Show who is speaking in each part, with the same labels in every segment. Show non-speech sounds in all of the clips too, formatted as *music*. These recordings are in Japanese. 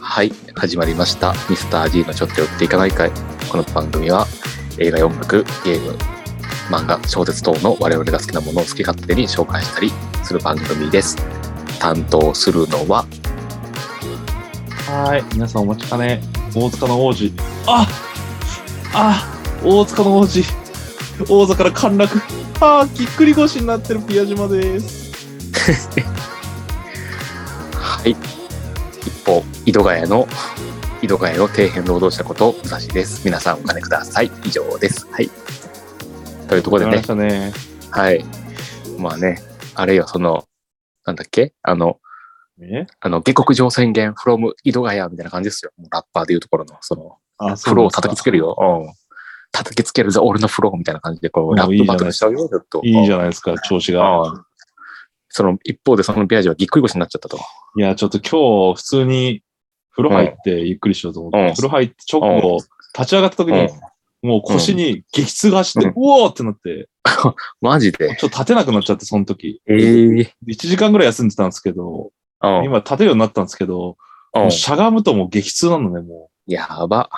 Speaker 1: はい始まりました「ミスター d のちょっと寄っていかない会」この番組は映画や音楽ゲーム漫画小説等の我々が好きなものを好き勝手に紹介したりする番組です担当するのは
Speaker 2: はーい、皆さんお待ちかね。大塚の王子。ああ大塚の王子。王座から陥落。ああ、ぎっくり腰になってるピア島です。
Speaker 1: はい一方井戸ヶ谷の井戸ヶ谷の底辺労働者こと武蔵です皆さんお金ください以上ですはいというとこ
Speaker 2: こ
Speaker 1: ろで
Speaker 2: ま
Speaker 1: ね
Speaker 2: したね。
Speaker 1: はいまあねあれよそのなんだっけあの
Speaker 2: え
Speaker 1: あの、下克上宣言、from 井戸ヶ谷みたいな感じですよ。もうラッパーでいうところの、その、
Speaker 2: あ
Speaker 1: フローを叩きつけ
Speaker 2: る。
Speaker 1: るよ。うん。叩きつけるぞ、俺のフローみたいな感じで、こ
Speaker 2: うん
Speaker 1: う、ラッ
Speaker 2: いい
Speaker 1: プ
Speaker 2: じゃ
Speaker 1: バ
Speaker 2: ない
Speaker 1: トルしちゃうよ、ちょっと。
Speaker 2: いいじ
Speaker 1: ゃ
Speaker 2: ゃないですか、調子が。
Speaker 1: ん。うんその、一方でそのビアージュはぎっくり腰になっちゃったと。
Speaker 2: いや、ちょっと今日、普通に風呂入ってゆっくりしようと思って、
Speaker 1: うん
Speaker 2: 風呂入って直後、立ち上がった時に、もう腰に激痛が走って、
Speaker 1: う
Speaker 2: うんおーってなって、
Speaker 1: マジ
Speaker 2: ちょ
Speaker 1: で
Speaker 2: っと立てなくなっちゃって、その時。
Speaker 1: ええ
Speaker 2: 1時間ぐらい休んでたんですけど、
Speaker 1: うん。
Speaker 2: 今立てるようになったんですけど、
Speaker 1: う
Speaker 2: も
Speaker 1: ん
Speaker 2: う。しゃがむともう激痛なのね、も
Speaker 1: やば。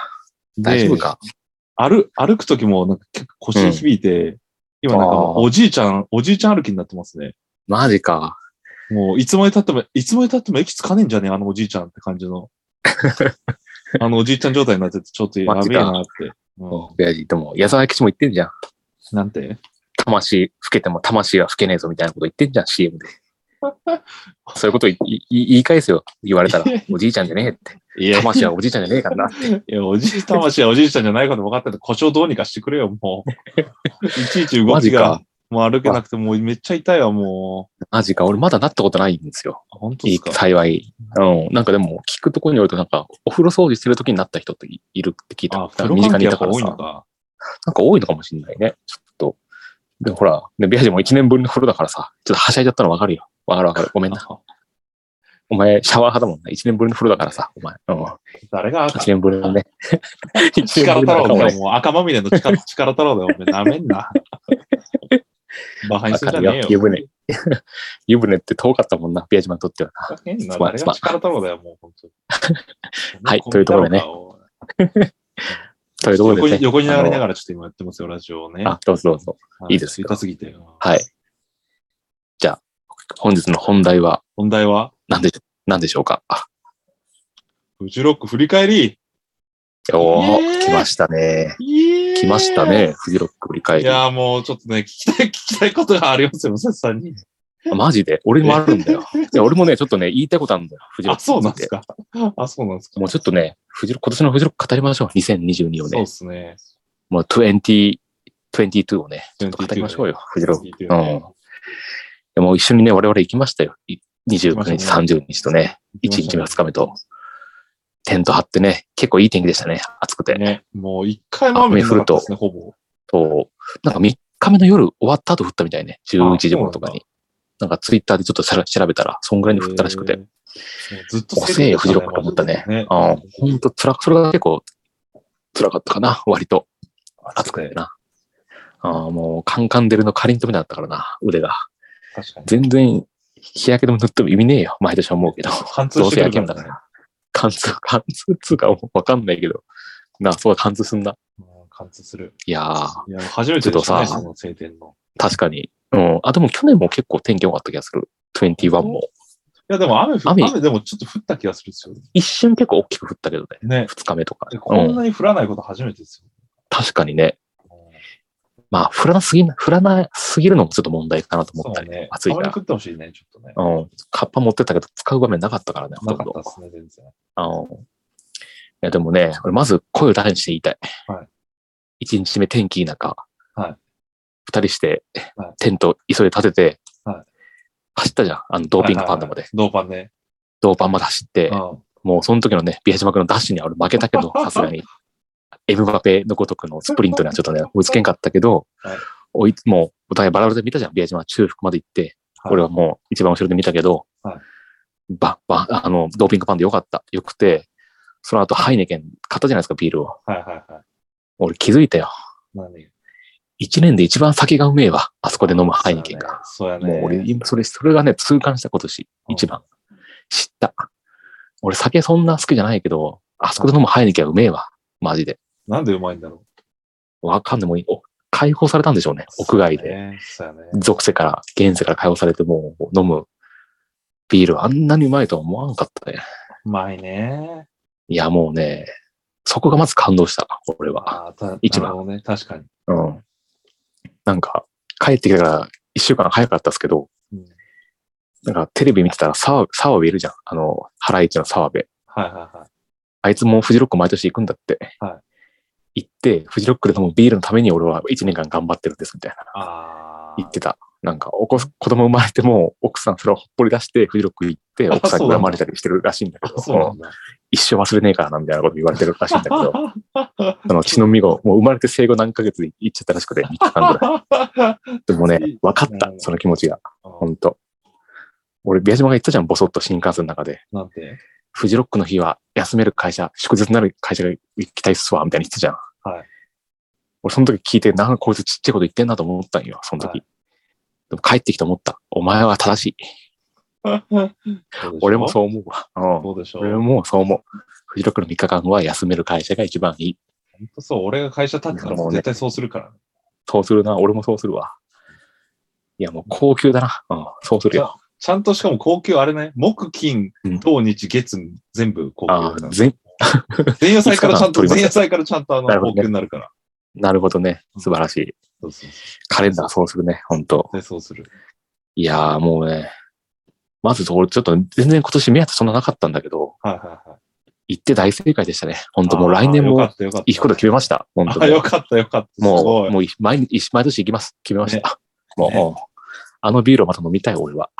Speaker 2: う。
Speaker 1: 大丈夫か。
Speaker 2: で歩、歩くときもなんか結構腰に響いて、今なんかも
Speaker 1: あ
Speaker 2: う
Speaker 1: ー
Speaker 2: おじいちゃん、おじいちゃん歩きになってますね。
Speaker 1: マジか。
Speaker 2: もういつまで経っても、いつまで経っても息つかねえんじゃねえ、あのおじいちゃんって感じ
Speaker 1: *laughs*
Speaker 2: の。あのおじいちゃん状態になってて、ちょっとやべえなって。うん
Speaker 1: ビアージュ、でも、矢沢吉も言ってんじゃん。
Speaker 2: なんて
Speaker 1: 魂、老けても魂は老けねえぞみたいなこと言ってんじゃん、CM
Speaker 2: *laughs*
Speaker 1: で。そういうこといいい言い返すよ、言われたら。おじいちゃんじゃねえって。
Speaker 2: いや、い
Speaker 1: 魂はおじいちゃんじゃねえからな。
Speaker 2: や、おじい、魂はおじいちゃんじゃないこと分かってて、故障どうにかしてくれよ、も
Speaker 1: *laughs*
Speaker 2: う。いちいち動
Speaker 1: マ
Speaker 2: き
Speaker 1: ジ
Speaker 2: が
Speaker 1: か、。
Speaker 2: もう歩けなくて、もうめっちゃ痛いわ、もう。
Speaker 1: マジか。俺まだなったことないんですよ。
Speaker 2: 本当ですか
Speaker 1: 幸い。うん。なんかでも、聞くとこによると、なんか、お風呂掃除してる時になった人っていいるって聞いた。
Speaker 2: あ、風呂関係やっぱ多い
Speaker 1: な
Speaker 2: の
Speaker 1: んか
Speaker 2: か。
Speaker 1: 多いのかもしれないね。ちょっと。でもほら、でビアジも1年ぶりの風呂だからさ、ちょっとはしゃいじゃったのわかるよ。わかるわかる。ごめんな。お前、シャワー派だもんね。1年ぶりの風呂だからさ、お前。うん。1
Speaker 2: 誰が赤
Speaker 1: 年ぶりのね。1
Speaker 2: 力太郎
Speaker 1: お
Speaker 2: だ
Speaker 1: 前
Speaker 2: よ、もう赤まみれの
Speaker 1: *laughs*
Speaker 2: 力力太郎だよ、お前なめんな。バカにするじゃねえよ。
Speaker 1: 湯船。湯船って遠かったもんな、ビアジマにとってはな。
Speaker 2: ふざけんな
Speaker 1: すまん
Speaker 2: 誰が力太郎だよ、もう本当に。
Speaker 1: *laughs* はいというところでねというところ
Speaker 2: 横
Speaker 1: で、ね
Speaker 2: に、。横に流れながらちょっと今やってますよ、ラジオをね。
Speaker 1: あのあ、どうぞどうぞ。
Speaker 2: はい
Speaker 1: いですよ
Speaker 2: 痛すぎて。
Speaker 1: はい。じゃあ、本日の本題は
Speaker 2: 本題は、
Speaker 1: 何でし何でしょうかあ
Speaker 2: フジロック振り返り
Speaker 1: おー、
Speaker 2: イエーイ
Speaker 1: 来ましたね。来
Speaker 2: 来
Speaker 1: ました。ね。フジロック振り返
Speaker 2: い
Speaker 1: り。
Speaker 2: やーもうちょっとね、聞きたい、聞きたいことがありますよ、さっさんに。
Speaker 1: マジで。俺もあるんだよ。いや、俺もね、ちょっとね、言いたいことあるんだよ。フジロッ
Speaker 2: あ、
Speaker 1: ク。
Speaker 2: そうなんです。か。あ、そうなんですか。
Speaker 1: もうちょっとね、フジロ今年のフジロック語りましょう。2022を
Speaker 2: そ
Speaker 1: ね
Speaker 2: うで。すね。
Speaker 1: もう20、22をね、ちょっと語りましょうよ。フジロック。
Speaker 2: 聞いてる
Speaker 1: うん。
Speaker 2: ね
Speaker 1: でもう一緒にね、我々行きましたよ。い29
Speaker 2: 行きま
Speaker 1: 日、
Speaker 2: したね
Speaker 1: 30日とね、1日目、2日目と、テント張ってね、結構いい天気でしたね。暑くて。
Speaker 2: ね、もう一回も雨降らなかったですね、ほぼ。
Speaker 1: そう。なんか3日目の夜終わった後降ったみたいね。11時頃とか
Speaker 2: そうなん
Speaker 1: に。なんかツイッターでちょっとさら調べたら、そんぐらいに降ったらしく
Speaker 2: へ
Speaker 1: て
Speaker 2: ー。。もうずっと
Speaker 1: 遅えよ、フジロックと思ったね。うん。ほんと辛く、それが結構辛かったかな、割と。暑くてな。ああ、もう、カンカンデルのかりんとめだったからな、腕が。
Speaker 2: 確かに。
Speaker 1: 全然、日焼けでも塗っても意味ねえよ、毎年思うけど。
Speaker 2: 貫通
Speaker 1: どう
Speaker 2: し
Speaker 1: せ
Speaker 2: て
Speaker 1: 焼け
Speaker 2: く
Speaker 1: んだ
Speaker 2: る
Speaker 1: から。貫通、貫通っつうかもうわかんないけど。なあ、そうだ、貫通すんな。
Speaker 2: うん貫通する。
Speaker 1: いやー、
Speaker 2: いや、初めてでしたね、
Speaker 1: ちょっとさ
Speaker 2: その晴天の。
Speaker 1: 確かに。うん。あ、でも去年も結構天気良かった気がする。21も。
Speaker 2: いや、でも雨降
Speaker 1: 雨
Speaker 2: 雨、雨でもちょっと降った気がするんですよね。
Speaker 1: 一瞬結構大きく降ったけどね。
Speaker 2: ね。
Speaker 1: 2日目とか。
Speaker 2: で
Speaker 1: う
Speaker 2: こん
Speaker 1: ん。
Speaker 2: なに降らないこと初めてです
Speaker 1: 確かにね。
Speaker 2: よ。
Speaker 1: まあ、降らなすぎな、降らなすぎるのもちょっと問題かなと思
Speaker 2: そ
Speaker 1: った
Speaker 2: う
Speaker 1: り、
Speaker 2: ね。
Speaker 1: 暑い
Speaker 2: た
Speaker 1: か
Speaker 2: まに
Speaker 1: ら。
Speaker 2: 降ってほしいね、ちょっとね。
Speaker 1: うん。カッパ持ってったけど使う場面なかったからね、ほと
Speaker 2: なんかっ
Speaker 1: ど。
Speaker 2: たですね、全然。
Speaker 1: うん。いや、でもね、俺まず声を大にして言いたい。
Speaker 2: はい
Speaker 1: 1日目天気いい中、
Speaker 2: はい
Speaker 1: 2人して
Speaker 2: はい、
Speaker 1: テント急いで立てて、
Speaker 2: はい
Speaker 1: 走ったじゃん。あの、ドーピングパンダまで。
Speaker 2: はいはいはい。ドーパンね。
Speaker 1: ドーパンまで走って、
Speaker 2: うん
Speaker 1: もうその時のね、ビア島君のダッシュには俺負けたけ
Speaker 2: *laughs*
Speaker 1: ど、さすがに。エムバペのごとくのスプリントにはちょっとね、追いつけんかったけど、
Speaker 2: はい
Speaker 1: 追いもうお互いバラバラで見たじゃん。ビア島は中腹まで行って、
Speaker 2: はい
Speaker 1: 俺はもう一番後ろで見たけど、
Speaker 2: はい
Speaker 1: ばばあの、ドーピングパンでよかった。よくて、その後ハイネケン買ったじゃないですか、ビールを。
Speaker 2: はいはいはい。
Speaker 1: 俺気づいたよ。
Speaker 2: 何
Speaker 1: 一年で一番酒がうめえわ。あそこで飲むハイネケンが。
Speaker 2: そうやね。
Speaker 1: もう俺、今それ、それがね、痛感した今年、一番。知った。俺、酒そんな好きじゃないけど、あそこで飲むハイネケンはうめえわ。マジで。
Speaker 2: なんでうまいんだろ
Speaker 1: わかんない。もう、お解放されたんでしょうね。
Speaker 2: う。
Speaker 1: 屋外で。
Speaker 2: そうやね。そうやね。
Speaker 1: 属性から、現世から解放されて、もう飲むビール、あんなにうまいとは思わんかったね。
Speaker 2: うまいね。
Speaker 1: いや、もうね、そこがまず感動した。俺は。
Speaker 2: ああ、た、
Speaker 1: 一
Speaker 2: な
Speaker 1: 番
Speaker 2: るほどね。確かに。
Speaker 1: うん。なんか、帰ってきたから、一週間早かったですけど、
Speaker 2: うん
Speaker 1: なんかテレビ見てたら澤、澤部いるじゃん。あの、ハライチの澤部。
Speaker 2: はいはいはい。
Speaker 1: あいつもフジロック毎年行くんだって。
Speaker 2: は
Speaker 1: 行って、フジロックで飲むビールのために俺は1年間頑張ってるんです、みたいな。
Speaker 2: ああ。
Speaker 1: 言ってた。なんか、お子、子供生まれても、奥さんそれをほっぽり出して、フジロック行って、
Speaker 2: あ
Speaker 1: 奥さん
Speaker 2: そう
Speaker 1: に
Speaker 2: なんだ
Speaker 1: 恨まれたりしてるらしいんだけ
Speaker 2: あ
Speaker 1: ど、
Speaker 2: そうなんだ。
Speaker 1: 一生忘れねえからな、みたいなこと言われてるらしいんだけど、
Speaker 2: だ
Speaker 1: その血のみ子、もう生まれて生後何ヶ月で行っちゃったらしくて、3日
Speaker 2: *laughs*
Speaker 1: 間ぐらい。でもね、分かった、その気持ちが。ほんと。俺、宮島が言ったじゃん、ボソッと新幹線の中で。
Speaker 2: *laughs* な
Speaker 1: *laughs*
Speaker 2: んて
Speaker 1: フジロックの日は休める会社、祝日になる会社が行きたいっすわ、みたいに言ってたじゃん。
Speaker 2: はい。
Speaker 1: 俺、その時聞いて、なんかこいつちっちゃいこと言ってんなと思ったんよ、その時。
Speaker 2: はい
Speaker 1: でも帰ってきて思った。お前は正しい。俺も
Speaker 2: う
Speaker 1: そう思うわ。
Speaker 2: でしょ。
Speaker 1: うん。
Speaker 2: どうでしょう。
Speaker 1: 俺もそう思う。フジロックの3日間は休める会社が一番いい。
Speaker 2: 本当そう、俺が会社立ってたら
Speaker 1: もうね
Speaker 2: 絶対そうするから。
Speaker 1: そうするな、俺もそうするわ。いや、もう高級だな。うん、そうするよ。
Speaker 2: ちゃんとしかも高級あれね、木、金
Speaker 1: うん、
Speaker 2: 土、日、月、全部高
Speaker 1: あ
Speaker 2: 級
Speaker 1: あ、。全
Speaker 2: 前夜祭からちゃん
Speaker 1: *laughs*
Speaker 2: と、
Speaker 1: いつかな取ります
Speaker 2: 前夜祭からちゃんとあの
Speaker 1: なるほど
Speaker 2: 高
Speaker 1: ね
Speaker 2: 級になるから。
Speaker 1: なるほどね。素晴らしい。
Speaker 2: そうそうそう。
Speaker 1: カレンダーそうするね、本当
Speaker 2: 絶対そうする。
Speaker 1: いやーもうね、まず俺ちょっと全然今年目当てそんななかったんだけど、
Speaker 2: はいはいはい。
Speaker 1: 行って大正解でしたね。本当
Speaker 2: あー
Speaker 1: もう来年
Speaker 2: よか
Speaker 1: も
Speaker 2: ったよかった。
Speaker 1: 行くこと決めました。本当
Speaker 2: あ、
Speaker 1: に
Speaker 2: よかったよかった。す
Speaker 1: も
Speaker 2: ご
Speaker 1: う、
Speaker 2: い
Speaker 1: もう毎日、毎年行きます。決めました。 *laughs* もう、
Speaker 2: ね
Speaker 1: あのビールをまた飲みたい、俺は。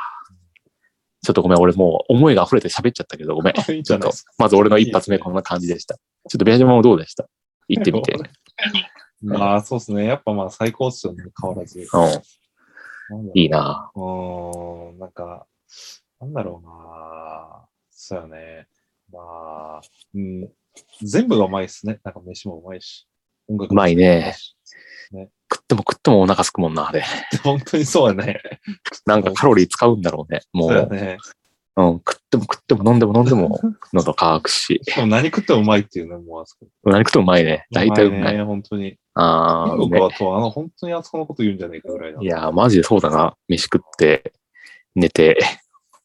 Speaker 1: ちょっとごめん、俺もう思いが溢れて喋っちゃったけど、ご
Speaker 2: *laughs*
Speaker 1: めん。
Speaker 2: いいん
Speaker 1: ち
Speaker 2: じ
Speaker 1: ょ
Speaker 2: ゃ
Speaker 1: っ
Speaker 2: ない
Speaker 1: と
Speaker 2: ですか。、
Speaker 1: まず俺の一発目こんな感じでした。ちょっとベジマもどうでした行ってみ
Speaker 2: *laughs*
Speaker 1: て。う
Speaker 2: まあそうですね。やっぱまあ最高っすよね。変わらず。
Speaker 1: ん、
Speaker 2: なんだろう
Speaker 1: いいな
Speaker 2: うーん、なんか、なんだろうなそうよね。まあ、うん、全部がうまいっすね。なんか飯もうまいし、音楽
Speaker 1: うまいね
Speaker 2: う
Speaker 1: 食っても食ってもお腹すくもんな、あれ。
Speaker 2: まいし。 *laughs* 本当にそうだね。
Speaker 1: なんかカロリー使うんだろうね。も、
Speaker 2: そううやね。
Speaker 1: うん、食っても食っても飲んでも飲んでも喉乾くし。
Speaker 2: しかも何食ってもうまいっていうね、もうあそこ。
Speaker 1: 何食ってもうまいね。大体うまい。
Speaker 2: ね。本当に。
Speaker 1: ああ、う
Speaker 2: 僕
Speaker 1: め
Speaker 2: はと、あの、本当にあそこのこと言うんじゃないかぐらいだ
Speaker 1: えいやー、マジでそうだな。飯食って、寝て、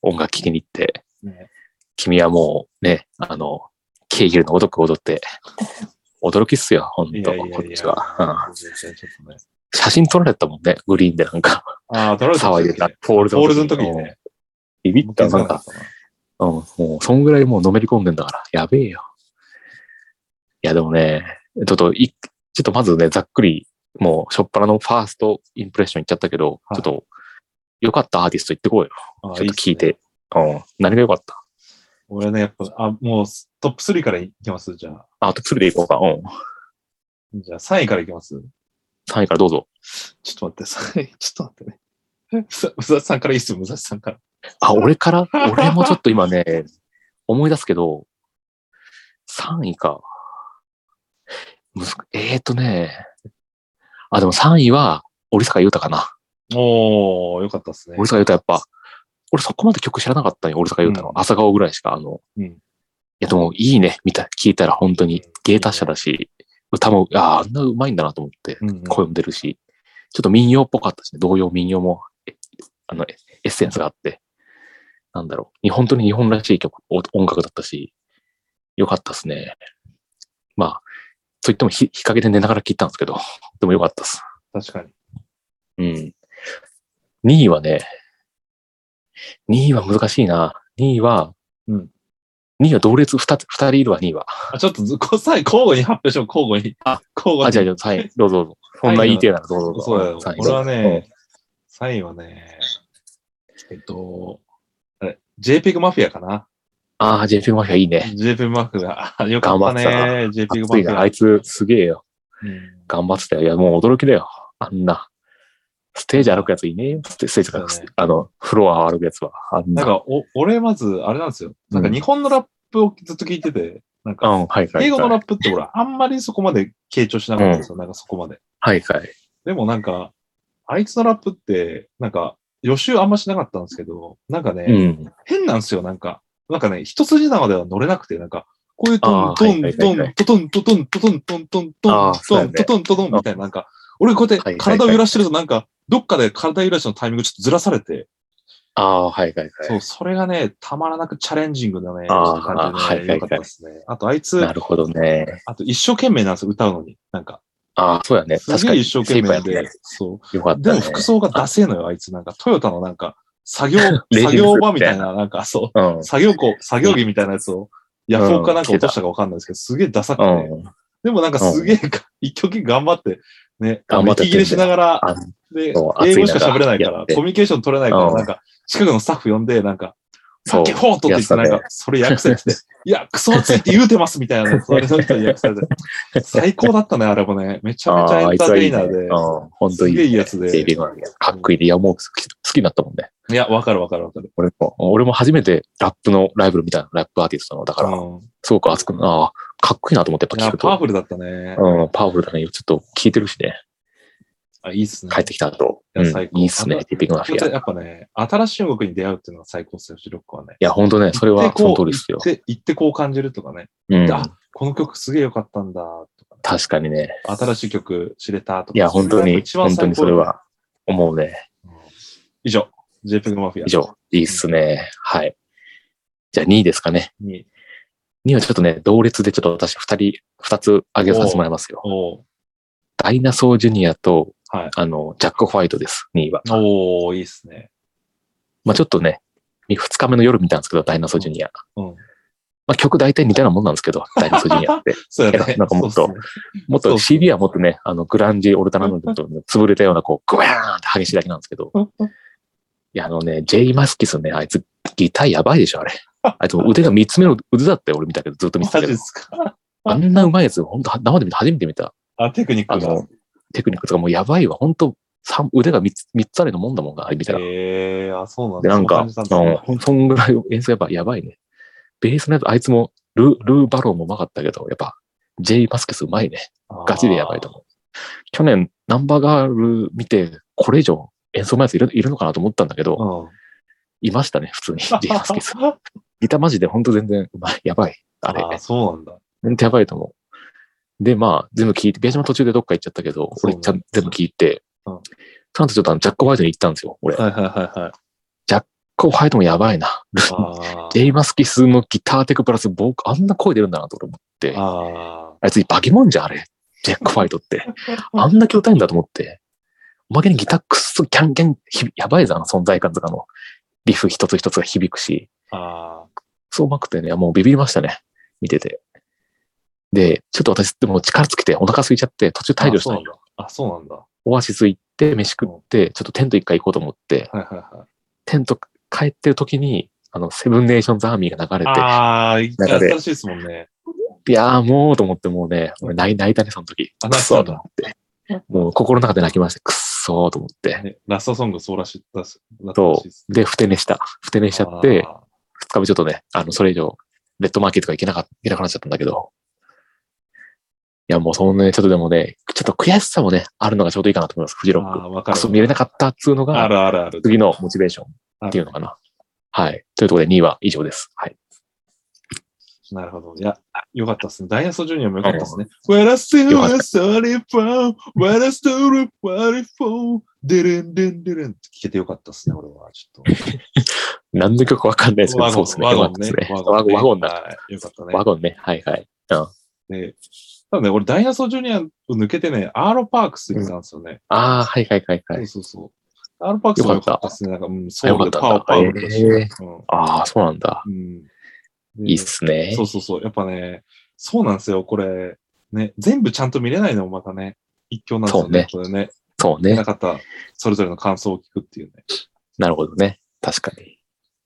Speaker 1: 音楽聴きに行って、
Speaker 2: ね。
Speaker 1: 君はもうね、あの、ケーギルのごとく踊って、驚きっすよ、ほん
Speaker 2: い
Speaker 1: と、
Speaker 2: やいやいや。
Speaker 1: こっちは。うん
Speaker 2: 全然ちょっとね
Speaker 1: 写真撮られたもんね、グリーンでなんか、
Speaker 2: ああ、取られた
Speaker 1: 騒いでた。ポール
Speaker 2: ポールズの時に
Speaker 1: うん
Speaker 2: ね。
Speaker 1: ビビったよなん
Speaker 2: 気づ
Speaker 1: か
Speaker 2: か、なかった
Speaker 1: う
Speaker 2: な
Speaker 1: ん、もう、そんぐらいもうのめり込んでんだから、やべえよ。いや、でもね、ちょっと、い、ちょっとまずね、ざっくり、もう、しょっぱなのファーストインプレッションいっちゃったけど、
Speaker 2: は
Speaker 1: ちょ
Speaker 2: い
Speaker 1: っと、良かったアーティスト行ってこうよ。
Speaker 2: ああ
Speaker 1: ちょっと聞い
Speaker 2: いいっすね
Speaker 1: て。うん。何が良かった
Speaker 2: 俺ね、やっぱ、あ、もうトップ3からいきますじゃあ。
Speaker 1: あ、トップ3でいこうか。うん。
Speaker 2: じゃあ3位からいきます
Speaker 1: 3位からどうぞ。
Speaker 2: ちょっと待って、3位、ちょっと待ってね。武蔵さんからいいっすよ、武蔵さんから。
Speaker 1: あ、俺
Speaker 2: *laughs*
Speaker 1: から俺もちょっと今ね、思い出すけど、3位か。むずえーとね。あ、でも3位は、折坂優太かな。
Speaker 2: おー、よかったっすね。
Speaker 1: 折坂優太やっぱ、俺そこまで曲知らなかったよ、折坂優太の
Speaker 2: う。ん
Speaker 1: 朝顔ぐらいしか、あの、
Speaker 2: うん
Speaker 1: いや、でもいいね、みたい、聞いたら本当に芸達者だし、歌も、ああんなうまいんだなと思って。
Speaker 2: うんうん、
Speaker 1: 声も出るし、ちょっと民謡っぽかったしね、童謡民謡も、えあの、エエッセンスがあって、なんだろう、日本当に日本らしい曲、お音楽だったし、良かったですね。まあ、といっても日日陰で寝ながら聴いたんですけど、 *laughs* でも良かったです。
Speaker 2: 確かに。
Speaker 1: うん。2位はね、2位は難しいな。2位は、
Speaker 2: うん
Speaker 1: 2位は同列2つ、二人いるわ、2位は。
Speaker 2: あ、ちょっとず、こさ交互に発表しよう、交互に。
Speaker 1: あ、
Speaker 2: 交互
Speaker 1: あ、
Speaker 2: に。
Speaker 1: じゃあ、じゃあ、はい、どうぞどう
Speaker 2: *laughs*
Speaker 1: ぞ。そんな言いてえならどうぞどうぞ。
Speaker 2: そうだよ。
Speaker 1: 三位
Speaker 2: 俺はね
Speaker 1: う、
Speaker 2: 3位はね、えっと、あれ、JPEG マフィアかな。
Speaker 1: ああ、JP マフィアいいね。
Speaker 2: JPEG マフィア。あよかったね
Speaker 1: 頑。
Speaker 2: JPEG マ
Speaker 1: 熱
Speaker 2: フ
Speaker 1: い
Speaker 2: ィ
Speaker 1: な。
Speaker 2: ア。
Speaker 1: あいつすげえよ。
Speaker 2: うん
Speaker 1: 頑張ってたよ。いや、もう驚きだよ。あんな。ステージ歩くやついねえよ。ステステージとか、
Speaker 2: そうだね
Speaker 1: あの、フロア歩くやつは。あんな。
Speaker 2: なんか、お、俺、まず、あれなんですよ。なんか、
Speaker 1: うん
Speaker 2: 日本のラップをずっと聞いてて、なん
Speaker 1: う
Speaker 2: か、
Speaker 1: ん、はいはい、はい。
Speaker 2: 英語のラップって、俺、あんまりそこまで傾聴しなかったんですよ。なんか、そこまで。
Speaker 1: はいはい。
Speaker 2: でもなんか、あいつのラップって、なんか、予習あんましなかったんですけど、なんかね、
Speaker 1: うん。
Speaker 2: 変なんですよ、なんか。なんかね、一筋縄では乗れなくて、なんか、こういうト
Speaker 1: あー
Speaker 2: ン、トン
Speaker 1: はい、
Speaker 2: ト
Speaker 1: はいは
Speaker 2: ン、
Speaker 1: い
Speaker 2: トトン、トトン、トトン、トン、トン、
Speaker 1: あ
Speaker 2: トン
Speaker 1: ー、そう
Speaker 2: ト
Speaker 1: や
Speaker 2: ン、
Speaker 1: ね
Speaker 2: トトン、トトン、みたいな、なんか、俺こうやっ
Speaker 1: は
Speaker 2: て
Speaker 1: いはいはい
Speaker 2: 体を揺らしてると、なんか、どっかで体揺らしのタイミングちょっとずらされて、
Speaker 1: ああ、はいはい
Speaker 2: そ
Speaker 1: は
Speaker 2: う、それがね、たまらなくチャレンジングなね、
Speaker 1: あー
Speaker 2: 感
Speaker 1: はい
Speaker 2: じ
Speaker 1: はい
Speaker 2: で、
Speaker 1: はい
Speaker 2: よかったですね。あと、あい
Speaker 1: い。
Speaker 2: つ
Speaker 1: な、るほどね。
Speaker 2: あと一生懸命なんですよ、歌うのに。なんか、
Speaker 1: ああ、そうやね。
Speaker 2: す
Speaker 1: 確
Speaker 2: げ
Speaker 1: か
Speaker 2: え
Speaker 1: に。
Speaker 2: 一生懸
Speaker 1: 精一杯
Speaker 2: 命
Speaker 1: やって
Speaker 2: で
Speaker 1: ね、
Speaker 2: そう。
Speaker 1: よかった、ね。
Speaker 2: でも服装がダセえのよ、あいつ。なんか、トヨタのなんか、作業、
Speaker 1: *laughs* レーシング
Speaker 2: 作
Speaker 1: ス
Speaker 2: 業場みたいな、なんか、そう。
Speaker 1: うん。
Speaker 2: 作業庫、作業着みたいなやつを、ヤフオクかなんか落としたかわかんないですけど、すげえダサくて、
Speaker 1: うん。
Speaker 2: でもなんかすげえ、一曲頑張って、ね、
Speaker 1: 頑張って
Speaker 2: 息切れしながら
Speaker 1: あ、
Speaker 2: で、英
Speaker 1: そ
Speaker 2: 語
Speaker 1: う
Speaker 2: しか喋れない
Speaker 1: 暑い中
Speaker 2: か
Speaker 1: や
Speaker 2: ら
Speaker 1: っ、て
Speaker 2: コミュニケーション取れないから、
Speaker 1: うん
Speaker 2: なんか、近くのスタッフ呼んで、なんか、さ
Speaker 1: そ
Speaker 2: っ
Speaker 1: う
Speaker 2: きフォートって言って、なん
Speaker 1: や
Speaker 2: か
Speaker 1: ってたね、
Speaker 2: それ訳さ
Speaker 1: *laughs*
Speaker 2: れて、いや、クソ熱いって言うてますみたいな、それの人に訳されて、最高だったね、あれもね。めちゃめちゃエンターテイナー
Speaker 1: う
Speaker 2: で
Speaker 1: ん。。本当
Speaker 2: す
Speaker 1: いい、
Speaker 2: げ
Speaker 1: ね。
Speaker 2: えいいやつで。
Speaker 1: デビューのかっこいいで。いや、もう好き好きになったもんね。
Speaker 2: いや、わかるわかるわかる。
Speaker 1: 俺も、俺も初めてラップのライブルみたいなラップアーティストの、だから、
Speaker 2: うん
Speaker 1: すごく熱く、ああ、かっこいいなと思って
Speaker 2: い
Speaker 1: やっぱ聞
Speaker 2: や、
Speaker 1: く
Speaker 2: パワ
Speaker 1: と。
Speaker 2: フルだったね。
Speaker 1: うん、パワフルだね。ちょっと聞いてるしね。
Speaker 2: あ、いいっすね。
Speaker 1: 帰ってきた後。
Speaker 2: いや
Speaker 1: うん、
Speaker 2: 最
Speaker 1: い
Speaker 2: 高
Speaker 1: いっすね。リピングマフィア。い
Speaker 2: やっぱね、新しい音楽に出会うっていうのが最高っすよ、ロックはね。
Speaker 1: や、本当ね、それ
Speaker 2: 行
Speaker 1: は
Speaker 2: って
Speaker 1: そ
Speaker 2: こ
Speaker 1: の
Speaker 2: う
Speaker 1: 通りですよ。
Speaker 2: で、行ってこう感じるとかね。
Speaker 1: うん。
Speaker 2: あ、この曲すげえ良かったんだ、とか、
Speaker 1: 確かにね。
Speaker 2: ね、新しい曲知れたとか。
Speaker 1: いや、本当に、
Speaker 2: 一番
Speaker 1: 本当に
Speaker 2: 最高
Speaker 1: それ
Speaker 2: だね。
Speaker 1: は思うね。
Speaker 2: うん。以上、JPEG マフィア。
Speaker 1: 以上、いいっすね。はい。じゃあ2位ですかね。
Speaker 2: に。
Speaker 1: 2位はちょっとね、同列でちょっと私2人、2つ挙げさせてもらいますよ。
Speaker 2: おー
Speaker 1: ダイナソージュニアと、
Speaker 2: はい
Speaker 1: あの、ジャック・ホワイトです、2位は。
Speaker 2: おーいいっすね。
Speaker 1: まあちょっとね、2日目の夜見たんですけど、ダイナソージュニア。
Speaker 2: うん。
Speaker 1: まあ曲大体似たようなもんなんですけ
Speaker 2: *laughs*
Speaker 1: ど、ダイナソージュニアって。
Speaker 2: そうや
Speaker 1: い
Speaker 2: ね。
Speaker 1: やなんかもっと
Speaker 2: そうすね
Speaker 1: もっ
Speaker 2: そう
Speaker 1: と
Speaker 2: そう
Speaker 1: CD はもっとね、あの、グランジ、オルタナのと
Speaker 2: *laughs*
Speaker 1: 潰れたような、こう、グワーンって激しいだけなんですけど、いや、あのね、ジェイ・マスキスね、あいつ、ギターやばいでしょ、あれ。あいつ腕が3つ目の腕だって俺見たけど、ずっと見てた
Speaker 2: マ
Speaker 1: け
Speaker 2: ジ
Speaker 1: ど
Speaker 2: っ。すか。
Speaker 1: あんなうまいやつ、本当生で見た、初めて見た。
Speaker 2: あ、テクニッ
Speaker 1: あ
Speaker 2: クが
Speaker 1: の。、テクニックとかもうやばいわ。本当三腕が3つ、三つあるのもんだもんが、あれ見たら。
Speaker 2: へえー、あ、そうなん
Speaker 1: で、
Speaker 2: だ。
Speaker 1: なんか、
Speaker 2: そう感じたんだ
Speaker 1: うん、そんぐらい演奏やっぱやばいね。ベースのやつ、あいつもル、ルーバローもうまかったけど、やっぱ、ジェイ・マスキスうまいね。ガチでやばいと思う。去年、ナンバーガール見て、これ以上演奏前やついるいるのかなと思ったんだけど、
Speaker 2: うん。
Speaker 1: いましたね、普通に。ジェイマスキ *laughs* ス。ギターマジでほんと全然うまい。やばい。あれ
Speaker 2: あ、。そうなんだ。
Speaker 1: ほんとやばいと思う。で、まあ、全部聞いて、ビアジマ途中でどっか行っちゃったけど、俺
Speaker 2: そうね
Speaker 1: ちゃん全部聞いて、
Speaker 2: うん
Speaker 1: その後ちょっとあのジャック・ホワイトに行ったんですよ、俺。ジャッ
Speaker 2: はいはいはいはい。
Speaker 1: ク・ホワイトもやばいな。
Speaker 2: あ
Speaker 1: *laughs* ジェイマスキスのギターテクプラス、僕、あんな声出るんだなと俺思って
Speaker 2: ー。あ
Speaker 1: あいつ、バケモンじゃん、あれ。ジャック・ファイトって。あんな巨大んだと思って。おまけにギターくっそ、キャンキャン、ひやばいぞ、あの存在感とかの。リフ一つ一つが響くし。
Speaker 2: ー。あ
Speaker 1: そううまくてね、もうビビりましたね。見てて。で、ちょっと私、でも力尽きてお腹空いちゃって、途中
Speaker 2: ー。
Speaker 1: 退場した
Speaker 2: あ
Speaker 1: の
Speaker 2: そうなんだ。あ、そうなんだ。
Speaker 1: オアシス行って、飯食って、ちょっとテント一回行こうと思って、
Speaker 2: はいはいはい。
Speaker 1: テント帰ってる時に、あの、セブンネーションズアーミーが流れて、
Speaker 2: ああ、
Speaker 1: 中で
Speaker 2: 新しいですもんね。
Speaker 1: いやーもうと思ってもうね、俺泣い泣いたね、その時。
Speaker 2: あ
Speaker 1: くっそーと
Speaker 2: 泣い
Speaker 1: 思って。もう心の中で泣きまして、くっそーと思って。
Speaker 2: ねラストソングそうらしい、だすだったら
Speaker 1: と
Speaker 2: しいです、ね。
Speaker 1: で、ふて寝した。ふて寝しちゃって、二日目ちょっとね、あの、それ以上、レッドマーケットが行けなかっ行けなくなっちゃったんだけど。いや、もうそのね、ちょっとでもね、ちょっと悔しさもね、あるのがちょうどいいかなと思います、フジ
Speaker 2: あ
Speaker 1: ロ
Speaker 2: ー、
Speaker 1: ッ
Speaker 2: あーわ
Speaker 1: ク。
Speaker 2: か
Speaker 1: あ、そう見れ
Speaker 2: る。
Speaker 1: なかったっつうの
Speaker 2: あ
Speaker 1: が、
Speaker 2: るあるある。
Speaker 1: 次のモチベーションっていうのかな。はい。というところで2位は以上です。はい。
Speaker 2: なるほど。いや、よかったですね。ダイナソージュニアもよかったですね。What a s t o
Speaker 1: よか
Speaker 2: r
Speaker 1: っ
Speaker 2: y for, what a story for, for, デレンデンデレンって聞けてよかったですね、俺は。ちょっ
Speaker 1: *laughs*
Speaker 2: と。
Speaker 1: 何の曲かわかんないですけど、
Speaker 2: ワ
Speaker 1: そ
Speaker 2: ゴ
Speaker 1: う
Speaker 2: ン
Speaker 1: ですね。
Speaker 2: ワゴン
Speaker 1: よかっ
Speaker 2: ね
Speaker 1: たです。
Speaker 2: ワ
Speaker 1: ワ
Speaker 2: ゴ
Speaker 1: ゴ
Speaker 2: ン
Speaker 1: ン、ワゴンだ。
Speaker 2: はいよかったね
Speaker 1: ワ。ゴンね。はいはい。うん。
Speaker 2: で、多分ね、俺、ダイナソージュニアを抜けてね、アーロパークス行ったんですよね。
Speaker 1: ああ、はいはいはいはい。
Speaker 2: そうそうそう。アーロパークスも良かったですね。なんか、うん、ソウルでパ
Speaker 1: あ
Speaker 2: ワ
Speaker 1: よか
Speaker 2: ー
Speaker 1: った
Speaker 2: パ
Speaker 1: ん
Speaker 2: ワ
Speaker 1: だ
Speaker 2: ーだ
Speaker 1: へ
Speaker 2: し。うん
Speaker 1: ああ、そうなんだ。
Speaker 2: うんで
Speaker 1: いいっすね
Speaker 2: そ。うそうそう。やっぱね、そうなんですよ、これ。ね、全部ちゃんと見れないのもまたね、一挙なんですよね。これね。
Speaker 1: そう
Speaker 2: 見
Speaker 1: ね
Speaker 2: な。かった、それぞれの感想を聞くっていうね。
Speaker 1: なるほどね。確かに。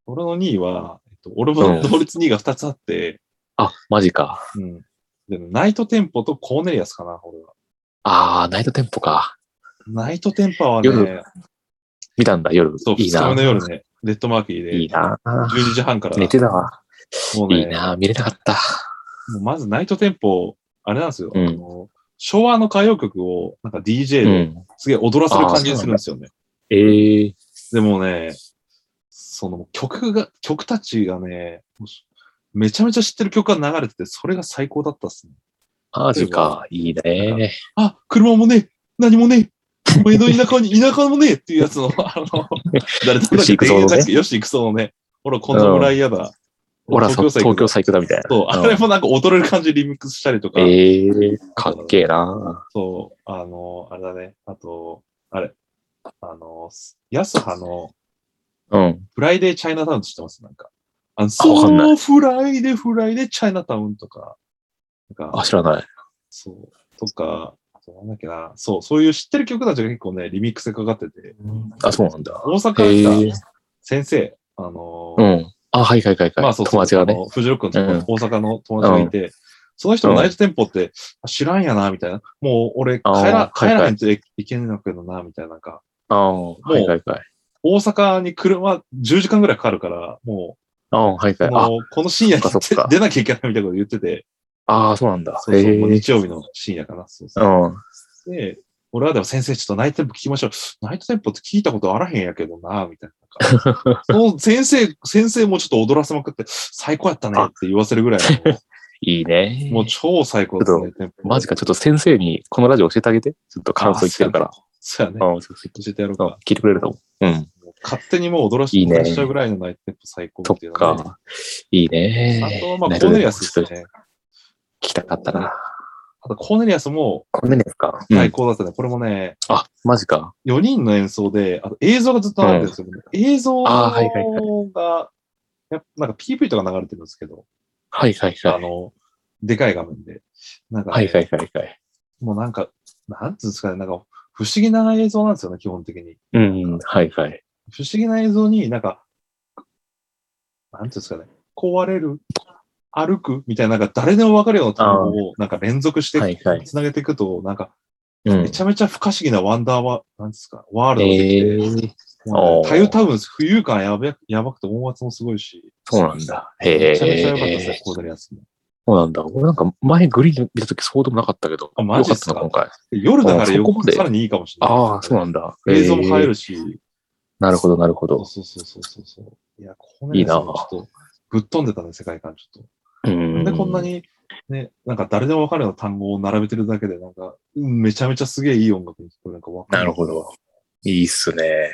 Speaker 2: 俺の2位は、えっと、俺
Speaker 1: う
Speaker 2: も
Speaker 1: ん
Speaker 2: 同率2位が2つあって、
Speaker 1: あ、マジか。
Speaker 2: うんでナイトテンポとコーネリアスかな、俺は。
Speaker 1: ああ、ナイトテンポか。
Speaker 2: ナイトテンポはね
Speaker 1: 夜、見たんだ、夜
Speaker 2: そう、。
Speaker 1: いい
Speaker 2: 2日
Speaker 1: な
Speaker 2: 目の。夜ね、レッドマーキーで、
Speaker 1: いいな。
Speaker 2: 12時半から、
Speaker 1: 寝てたわ。
Speaker 2: もうね
Speaker 1: いいな。見れなかった。
Speaker 2: もうまずナイトテンポ、あれなんですよ、
Speaker 1: うん
Speaker 2: あの昭和の歌謡曲を、なんか DJ
Speaker 1: う
Speaker 2: で
Speaker 1: ん。
Speaker 2: すげえ踊らせる感じにするんですよね。
Speaker 1: えー、
Speaker 2: でもね、その曲が、曲たちがね、もうめちゃめちゃ知ってる曲が流れてて、それが最高だったっすね。
Speaker 1: マジか。いいね。
Speaker 2: あ、車もねえ、何もねえ、お江戸田
Speaker 1: *laughs*
Speaker 2: 舎に、田舎もねえっていうやつの、あの、誰だっ
Speaker 1: よし
Speaker 2: け
Speaker 1: 行くぞのね
Speaker 2: 田園だっけよし行くそうのね。ほら、こんな村嫌だ。
Speaker 1: ほら、そ
Speaker 2: 東京
Speaker 1: 東京
Speaker 2: さ
Speaker 1: サイクだみたいな。
Speaker 2: そう、あれもなんか踊れる感じでリミックスしたりとか、
Speaker 1: ええー、かっけえな。
Speaker 2: そう、あの、あれだね、あと、あれ、あの、安葉の、
Speaker 1: うん。
Speaker 2: フライデーチャイナタウンって知ってますなんか。あの、
Speaker 1: わかんな
Speaker 2: そ、
Speaker 1: いう
Speaker 2: フライデー、フライデー、チャイナタウンとか。なん
Speaker 1: あ、
Speaker 2: か、
Speaker 1: 知らない。
Speaker 2: そう、とか、あとなんだっけな、そう、そういう知ってる曲たちが結構ね、リミックスでかかってて、
Speaker 1: あ、そうなんだ。
Speaker 2: 大阪
Speaker 1: ええ
Speaker 2: に
Speaker 1: ー
Speaker 2: 来た。先生、あのー、
Speaker 1: うん。あ、はいはいはいはい。
Speaker 2: まあそうそう
Speaker 1: 友達が
Speaker 2: あ
Speaker 1: ね。
Speaker 2: のフジロックの友達大阪の友達がいて、その人
Speaker 1: う
Speaker 2: の
Speaker 1: ん
Speaker 2: 第一店舗って、あ知らんやな、みたいな。もう俺帰
Speaker 1: あ
Speaker 2: ら、
Speaker 1: ー
Speaker 2: 帰
Speaker 1: はいはい
Speaker 2: らないといけないけどな、みたいな。なんか、
Speaker 1: ああ、はいはいはい。
Speaker 2: 大阪に車10時間ぐらいかかるから、もう、
Speaker 1: ああ、はいはい。
Speaker 2: あ
Speaker 1: あ
Speaker 2: のこの深夜に
Speaker 1: そっかそっか
Speaker 2: 出なきゃいけないみたいなこと言ってて、
Speaker 1: あー、そうなんだ。
Speaker 2: そ
Speaker 1: え
Speaker 2: う
Speaker 1: え
Speaker 2: そうもう
Speaker 1: ー。
Speaker 2: 日曜日の深夜かな。そうそう
Speaker 1: うん。
Speaker 2: で、俺はでも先生、ちょっとナイトテンポ聞きましょう。ナイトテンポって聞いたことあらへんやけどな、みたいな。な
Speaker 1: *laughs*
Speaker 2: んかその先生、先生もちょっと踊らせまくって、最高やったねって言わせるぐらい
Speaker 1: いいね
Speaker 2: の、。もう超最高だったね、テンポ。
Speaker 1: マジか、ちょっと先生にこのラジオ教えてあげて。ちょっと感想言ってるから。
Speaker 2: そうやね。
Speaker 1: うん、そうそう
Speaker 2: 教えてやろう
Speaker 1: うん
Speaker 2: か。
Speaker 1: 聞いてくれると思う。うん。
Speaker 2: もう勝手にもう踊らせ
Speaker 1: いいね
Speaker 2: 踊らせちゃうぐらいのナイトテンポ最高
Speaker 1: そ
Speaker 2: っていう
Speaker 1: っ
Speaker 2: のね。
Speaker 1: か。いいね。
Speaker 2: あとは、ま
Speaker 1: ナ
Speaker 2: あ、
Speaker 1: イ
Speaker 2: コ
Speaker 1: トテン
Speaker 2: ー
Speaker 1: ポ
Speaker 2: ネリアスですね。
Speaker 1: 聞きたかったな。
Speaker 2: あと、コーネリアスも
Speaker 1: こんなにですかう
Speaker 2: 最
Speaker 1: ん。
Speaker 2: 高だったね。これもね、
Speaker 1: あ、マジか。
Speaker 2: 4人の演奏で、あと映像がずっと流れてるんですよ、ね映像
Speaker 1: あーはいはいは
Speaker 2: が、やっぱなんか PV とか流れてるんですけど、
Speaker 1: はいはい
Speaker 2: あ
Speaker 1: はい。
Speaker 2: の、でかい画面で。なんかね、
Speaker 1: はいはいはいはい。
Speaker 2: もうなんか、なんつうんですかね、なんか不思議な映像なんですよね、基本的に。
Speaker 1: うん、はいはい。
Speaker 2: 不思議な映像になんか、なんつうんですかね、壊れる、歩くみたいな、なんか誰でもわかるような単語をなんか連続して、
Speaker 1: はいはい
Speaker 2: つなげていくと、なんか、
Speaker 1: うん
Speaker 2: め。ちゃめちゃ不可思議なワンダーワ、なんですか、ワールドできて、
Speaker 1: えー、
Speaker 2: もうね
Speaker 1: おー
Speaker 2: たゆたぶん浮遊感やばやばくて音圧もすごいし、
Speaker 1: そうなんだ。へえ。
Speaker 2: めちゃめちゃ良かったですね、コードリアスも。
Speaker 1: そうなんだ。俺なんか前グリーン見たときそうでもなかったけど。
Speaker 2: あマジっ
Speaker 1: よ
Speaker 2: す
Speaker 1: か
Speaker 2: か
Speaker 1: ったな、今回。
Speaker 2: で夜だから
Speaker 1: あそこ
Speaker 2: よ
Speaker 1: まで
Speaker 2: さらにいいかもしれない。
Speaker 1: ああ、そうなんだ。
Speaker 2: 映像も入
Speaker 1: えー
Speaker 2: るし、
Speaker 1: なるほど、なるほ
Speaker 2: そう
Speaker 1: ど。
Speaker 2: そうそうそうそうそう。いや、コードリアス
Speaker 1: いいな
Speaker 2: もちょっとぶっ飛んでたね、世界観ちょっ
Speaker 1: う
Speaker 2: と。
Speaker 1: ん。
Speaker 2: なんでこんなに、ね、なんか誰でもわかるような単語を並べてるだけで、なんか、うんめちゃめちゃすげえいい音楽に聞こえる。なんかわか
Speaker 1: なるほど。いいっすね。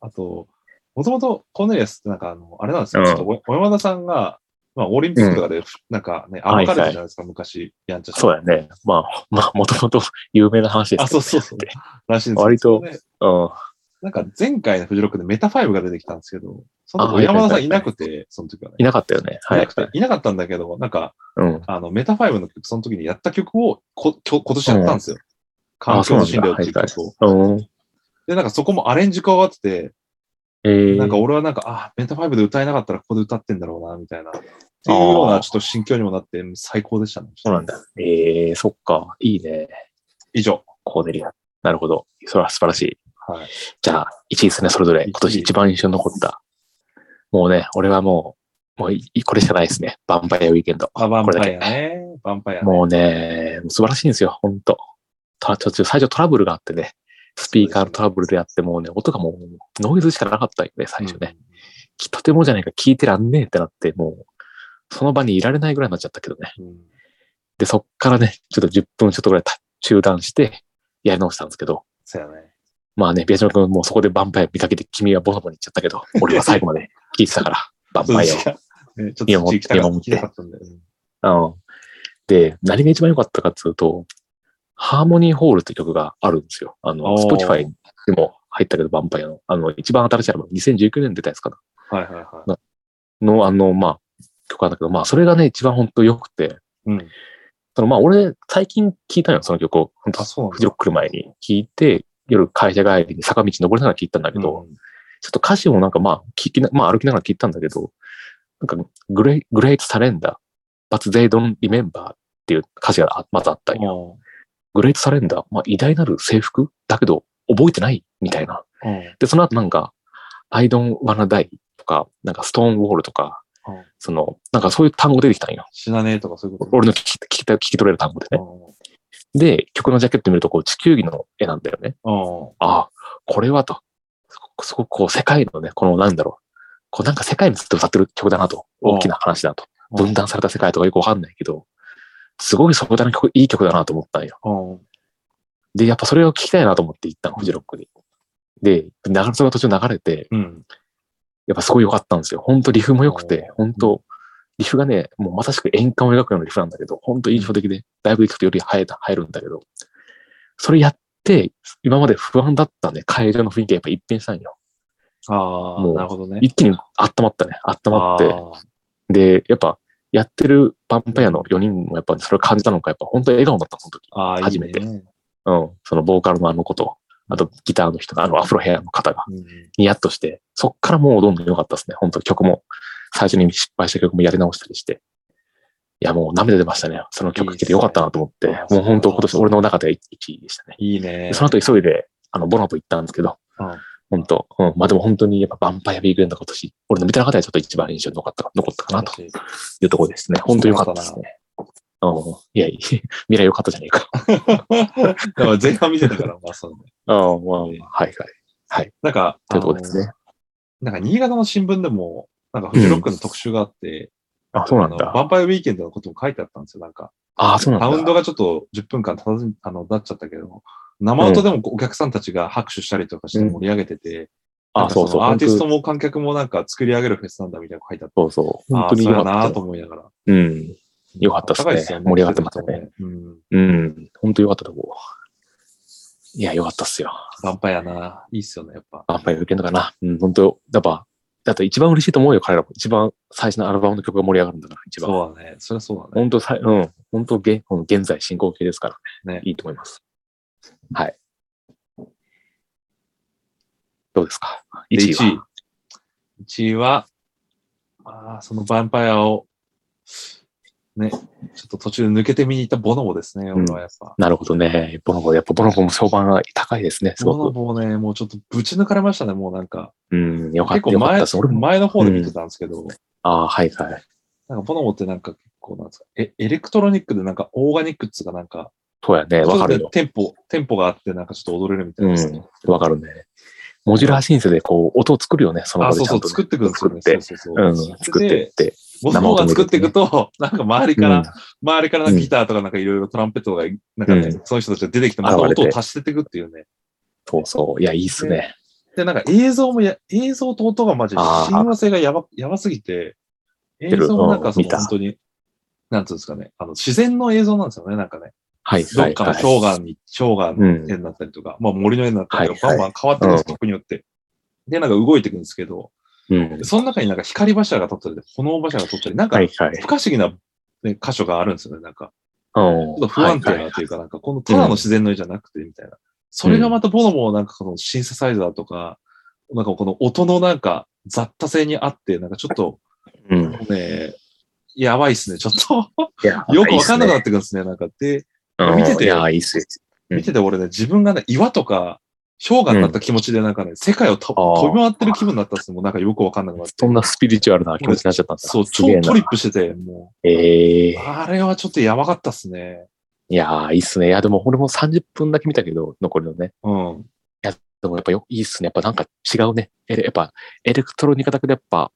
Speaker 2: あと、もともとコーネリアスってなんかあの、あれなんですよ。
Speaker 1: うん
Speaker 2: ちょっとお小山田さんが、まあオリンピックとかで、なんかね、暴かれたじゃないですか、昔、やんちゃして
Speaker 1: そうやね。まあ、まあ、もともと有名な話です
Speaker 2: あ、
Speaker 1: けど
Speaker 2: そう
Speaker 1: ね
Speaker 2: そうそう
Speaker 1: だって。
Speaker 2: らしいんですよ
Speaker 1: 割と
Speaker 2: それで
Speaker 1: うん。
Speaker 2: なんか前回のフジロックでメタファイブが出てきたんですけど、その
Speaker 1: あ
Speaker 2: 時
Speaker 1: はいはいはい
Speaker 2: 山田さんいなくて、その時はね。
Speaker 1: いなかったよね。
Speaker 2: い
Speaker 1: はい
Speaker 2: なく。て、いなかったんだけど、なんか、
Speaker 1: うん。
Speaker 2: あの、メタファイブの曲、その時にやった曲をこ、きょ今年やったんですよ。環境の診療っていう
Speaker 1: あ
Speaker 2: 曲
Speaker 1: そ
Speaker 2: を。
Speaker 1: うん。
Speaker 2: で、なんかそこもアレンジ加わってて、
Speaker 1: えー、
Speaker 2: なんか俺はなんか、あ、メタファイブで歌えなかったらここで歌ってんだろうな、みたいな。っていうよう
Speaker 1: あ
Speaker 2: な、
Speaker 1: ー
Speaker 2: ちょっと心境にもなって、最高でしたね。
Speaker 1: そうなんだ。えー、そっか。いいね。
Speaker 2: 以上。
Speaker 1: コーデリア。なるほど。それは素晴らしい。
Speaker 2: はい。
Speaker 1: じゃあ、1位ですね、それぞれ。今年一番印象に残った。もうね、俺はもう、もういこれしかないですね。バンパイアウィーケンド。
Speaker 2: あ、バン
Speaker 1: これだ
Speaker 2: パ
Speaker 1: け
Speaker 2: イアね。バンパイアね。
Speaker 1: もうね、素晴らしいんですよ、ほんと。たちょっと最初トラブルがあってね、スピーカーのトラブルであって、もうね、音がもうノイズしかなかったよね、最初ね。きとてもじゃないか聞いてらんねえってなって、もう、その場にいられないぐらいになっちゃったけどね。
Speaker 2: うん。うん。
Speaker 1: で、そっからね、ちょっと10分ちょっとぐらいた中断して、やり直したんですけど、
Speaker 2: そうやね。
Speaker 1: まあね、ビアジマ君もうそこでバンパイア見かけて君はボソボソに言っちゃった
Speaker 2: *laughs*
Speaker 1: けど、俺は最後まで聞いてたから、バン
Speaker 2: そう
Speaker 1: パ
Speaker 2: で
Speaker 1: イア
Speaker 2: す
Speaker 1: を
Speaker 2: か。ね *laughs* ちょっとそっち行きたか
Speaker 1: 見
Speaker 2: った
Speaker 1: 守
Speaker 2: 聞
Speaker 1: って
Speaker 2: きたかったんだよ。うん
Speaker 1: うん。で、何が一番良かったかっていうと、ハーモニーホールって曲があるんですよ。あの、
Speaker 2: お
Speaker 1: スポティファイ
Speaker 2: ー
Speaker 1: にも入ったけど、バンパイアの。あの、一番新しいアルバム、2019年に出たやつか
Speaker 2: はいはいはい。
Speaker 1: な。の、あの、まあ、曲なんだけど、まあ、それがね、一番本当良くて、
Speaker 2: うん。
Speaker 1: その、まあ、俺、最近聴いたのよ、その曲を。本当
Speaker 2: あ、そうなん
Speaker 1: フジ
Speaker 2: だ
Speaker 1: ロック来る前に聴いて、夜会社帰りに坂道登りながら聴いたんだけど、
Speaker 2: うん
Speaker 1: ちょっと歌詞もなんかまあ、聞きな、 *laughs* まあ歩きながら聞いたんだけど、なんか、グレイ、グレイトサレンダー、but they don't remember っていう歌詞があまずあったり、
Speaker 2: うん
Speaker 1: グレイトサレンダー、まあ偉大なる征服だけど覚えてないみたいな。
Speaker 2: うん
Speaker 1: で、その後なんか、I don't wanna die とか、なんかストーンウォールとか
Speaker 2: うん、
Speaker 1: その、なんかそういう単語出てきたんよ。
Speaker 2: 死なねえとかそういうこと。
Speaker 1: 俺の聞き聞きた聞き取れる単語でね。
Speaker 2: うん
Speaker 1: で、曲のジャケット見ると、こう、地球儀の絵なんだよね。
Speaker 2: うん。
Speaker 1: ああ、これはと、すごくすごくこう、世界のね、この、なんだろう、こう、なんか世界にずっと歌ってる曲だなと、
Speaker 2: うん
Speaker 1: 大きな話だと、
Speaker 2: うん
Speaker 1: 分断された世界とかよくわかんないけど、すごい壮大な曲、いい曲だなと思ったんよ。
Speaker 2: うん。
Speaker 1: で、やっぱそれを聞きたいなと思って行ったの、フジロックに。で、流れ、それが途中流れて、
Speaker 2: うん。
Speaker 1: やっぱすごい良かったんですよ。ほんとリフも良くて、ほんと、リフがね、もうまさしく円環を描くようなリフなんだけど、ほんと印象的で、だいぶ行くとより生えた、入るんだけど、それやって、今まで不安だったね、会場の雰囲気がやっぱ一変したんよ。
Speaker 2: ああ、
Speaker 1: もう
Speaker 2: なるほどね。
Speaker 1: 一気に温まったね、温まって。
Speaker 2: あ
Speaker 1: で、やっぱ、やってるバンパイアの4人もやっぱそれを感じたのか、やっぱ本当笑顔だった、その時。
Speaker 2: ーあー、
Speaker 1: 初めて
Speaker 2: いいね
Speaker 1: うん。そのボーカルのあの子と、あとギターの人が、あのアフロヘアの方が、
Speaker 2: うん
Speaker 1: ニヤッとして、そっからもうどんどん良かったですね。本当曲も、最初に失敗した曲もやり直したりして。いや、もう涙出ましたね。その曲聴けて良かったなと思って、
Speaker 2: いいっすね
Speaker 1: もう本当今年俺の中で1位でしたね。
Speaker 2: いいね。
Speaker 1: その後急いで、あの、ボナボ行ったんですけど、
Speaker 2: うん
Speaker 1: 本当うん。まあでも本当にやっぱバンパイアビーグエンド今年、俺の見た中ではちょっと一番印象に残った、残ったかなと
Speaker 2: 素晴らしい
Speaker 1: いうところですね。本当良かったですね。うん。いや、いい *laughs* 未来良かったじゃねえか。
Speaker 2: だから前半見てたから、まあそう *laughs* ね。
Speaker 1: うん、まあまあはいはい。
Speaker 2: なんか、
Speaker 1: というところですね。
Speaker 2: あのなんか新潟の新聞でも、なんかフジロックの特集があって、
Speaker 1: あ、そうなん
Speaker 2: あのバ
Speaker 1: だ。
Speaker 2: ンパイアウィーケンドのことも書いてあったんですよ。なんか、
Speaker 1: あ、そう
Speaker 2: サウ
Speaker 1: な
Speaker 2: ン
Speaker 1: ん
Speaker 2: ド
Speaker 1: だ。
Speaker 2: がちょっと10分間たたずあの、なっちゃったけど、生音でもお客さんたちが拍手したりとかして盛り上げてて、なん
Speaker 1: あ、
Speaker 2: か
Speaker 1: そうそう。
Speaker 2: のアーティスト
Speaker 1: 本
Speaker 2: も観客もなんか作り上げるフェスなんだみたいなの書いてあって、
Speaker 1: 当そうそう。
Speaker 2: あ
Speaker 1: 本
Speaker 2: あ
Speaker 1: 当に
Speaker 2: そう
Speaker 1: 良かっ
Speaker 2: や
Speaker 1: た
Speaker 2: な
Speaker 1: よ
Speaker 2: と。思いながら。
Speaker 1: うん。よかったっすね
Speaker 2: 高いよ
Speaker 1: 盛り上がってましたね。
Speaker 2: うん。
Speaker 1: うん。本当良かったとこ。いや、良かったっすよ。
Speaker 2: バンパイアな。いいっすよね、やっぱ。
Speaker 1: あんまり受けんのかな。うん、本当やっぱ、だって一番嬉しいと思うよ、彼らも。一番最初のアルバムの曲が盛り上がるんだから、一番。
Speaker 2: そうだね。それはそうだね。
Speaker 1: 本当さい、うん。本当現、この現在進行形ですからね。
Speaker 2: ね
Speaker 1: いいと思います。はい。どうですか ?1 位は。
Speaker 2: 1位は、まあ、そのヴァンパイアを、ね、ちょっと途中で抜けて見に行ったボノボですね、
Speaker 1: ん
Speaker 2: 俺はやっぱ。
Speaker 1: なるほどね。ボノボ、やっぱボノボも評判が高いですね、す
Speaker 2: ボ
Speaker 1: ご
Speaker 2: ノ
Speaker 1: く。
Speaker 2: ボをね、もうちょっとぶち抜かれましたね、もうなんか。
Speaker 1: うん、よかった。
Speaker 2: 結構
Speaker 1: よかった
Speaker 2: 前
Speaker 1: です。俺も。
Speaker 2: 前の方で見てたんですけど、
Speaker 1: ああー、はいはい。
Speaker 2: なんかボノボってなんか結構なんですか、え、エレクトロニックでなんかオーガニックっつうかなんか、
Speaker 1: そうやね。わかるよ。
Speaker 2: テンポ、テンポがあってなんかちょっと踊れるみたいなですね。
Speaker 1: うん、わかるね。モジュラーシンセでこう、音を作るよね、その
Speaker 2: あ、
Speaker 1: 場
Speaker 2: そ
Speaker 1: で
Speaker 2: う
Speaker 1: ちゃん
Speaker 2: そう、
Speaker 1: とね、
Speaker 2: 作っていくんですよね。
Speaker 1: 作って
Speaker 2: そうそう
Speaker 1: う
Speaker 2: そ
Speaker 1: ん、
Speaker 2: う。
Speaker 1: 作ってって。
Speaker 2: ボノボが作っていくと、なんか周りから、
Speaker 1: うん
Speaker 2: 周りからなんかギターとかなんかいろいろトランペットとか、なんかね、
Speaker 1: う
Speaker 2: その人たちが出てきて、また
Speaker 1: 現れて
Speaker 2: 音を足してっていくっていうね。
Speaker 1: そうそう。いや、いいっすね。
Speaker 2: で、なんか映像もや、映像と音がマジで
Speaker 1: あー
Speaker 2: 親和性がやば、やばすぎて、映
Speaker 1: る
Speaker 2: 像もなんかその
Speaker 1: うん見た
Speaker 2: 本当に、なんつうんですかね、あの、自然の映像なんですよね、なんかね。
Speaker 1: はい、
Speaker 2: ど
Speaker 1: は
Speaker 2: っ
Speaker 1: い、
Speaker 2: かの
Speaker 1: はい。
Speaker 2: 氷河に、氷河
Speaker 1: う
Speaker 2: の
Speaker 1: ん
Speaker 2: 絵。になったりとか、まあ森の絵になったりとか、
Speaker 1: はいはい
Speaker 2: バンバン変わってくるんです
Speaker 1: うん
Speaker 2: よ、曲によって。で、なんか動いていくんですけど、
Speaker 1: うん。
Speaker 2: その中になんか光柱が撮ったり、炎柱が撮ったり、なんか
Speaker 1: はい、はい。
Speaker 2: 不可思議な、ね、箇所があるんですよね、なんか。
Speaker 1: うん。
Speaker 2: ちょっと不安定
Speaker 1: はい
Speaker 2: な
Speaker 1: は
Speaker 2: と
Speaker 1: い
Speaker 2: いうか、なんか、このただの自然の絵じゃなくて、みたいな。それがまたボノボのなんかこのシンセサイザーとか、なんかこの音のなんか雑多性にあって、なんかちょっと
Speaker 1: うん。
Speaker 2: ね、やばいっすね、ちょっと。
Speaker 1: いや
Speaker 2: よくわかんなく
Speaker 1: い
Speaker 2: ない
Speaker 1: っ
Speaker 2: ってくるんですね、なんか。で、
Speaker 1: すねうん
Speaker 2: 見てて
Speaker 1: いや、いいっすよ。うん
Speaker 2: 見てて俺ね、自分がね、岩とか、氷河になった気持ちでなんかね、世界をと
Speaker 1: あー
Speaker 2: 飛び回ってる気分になったっすもうなんかよくわかんなくなって。
Speaker 1: そんなスピリチュアルな気持ちになっちゃったんだ。
Speaker 2: そう、
Speaker 1: すげえ
Speaker 2: 超
Speaker 1: な
Speaker 2: トリップしてて、も
Speaker 1: ええ
Speaker 2: う、あれはちょっとやばかったっすね。
Speaker 1: いやー、いいっすね。いや、でも俺も30分だけ見たけど、残りのね。
Speaker 2: うん。
Speaker 1: でもやっぱよ、いいっすね。やっぱなんか違うね。エレやっぱ、エレクトロニカだけでやっぱ、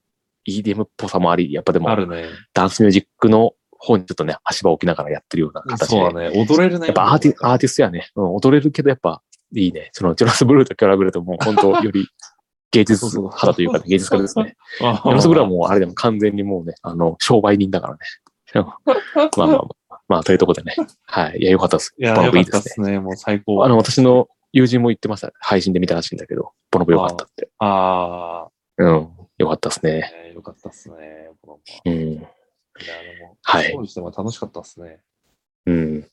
Speaker 1: EDM っぽさもあり、やっぱでも
Speaker 2: あ、るね。
Speaker 1: ダンスミュージックの方にちょっとね、足場を置きながらやってるような形で。
Speaker 2: そうだね。踊れるね。
Speaker 1: やっぱアーティアーティストやね。うん、踊れるけどやっぱいいね。そのジョナス・ブルーと比べるともう本当より芸術肌というか、ね、芸術家ですね。
Speaker 2: あ
Speaker 1: ジョナス・ブルーはもうあれでも完全にもうね、あの、商売人だからね。 *laughs* まあまあまあ、まあというところでね。はい。いや、よかったです。
Speaker 2: いや、
Speaker 1: ボノボ
Speaker 2: よか
Speaker 1: い
Speaker 2: っ
Speaker 1: いで
Speaker 2: たっ
Speaker 1: すね。
Speaker 2: すね。もう最高。
Speaker 1: あ
Speaker 2: あ
Speaker 1: の、私の友人も言ってました。配信で見たらしいんだけど、ボノボよかったって。
Speaker 2: あ
Speaker 1: うん。よかったです
Speaker 2: ー、
Speaker 1: ね。
Speaker 2: ねよかったっすね。このま
Speaker 1: うん。
Speaker 2: まいや、でも、
Speaker 1: はい
Speaker 2: そうしても楽しかったっすね。
Speaker 1: うん。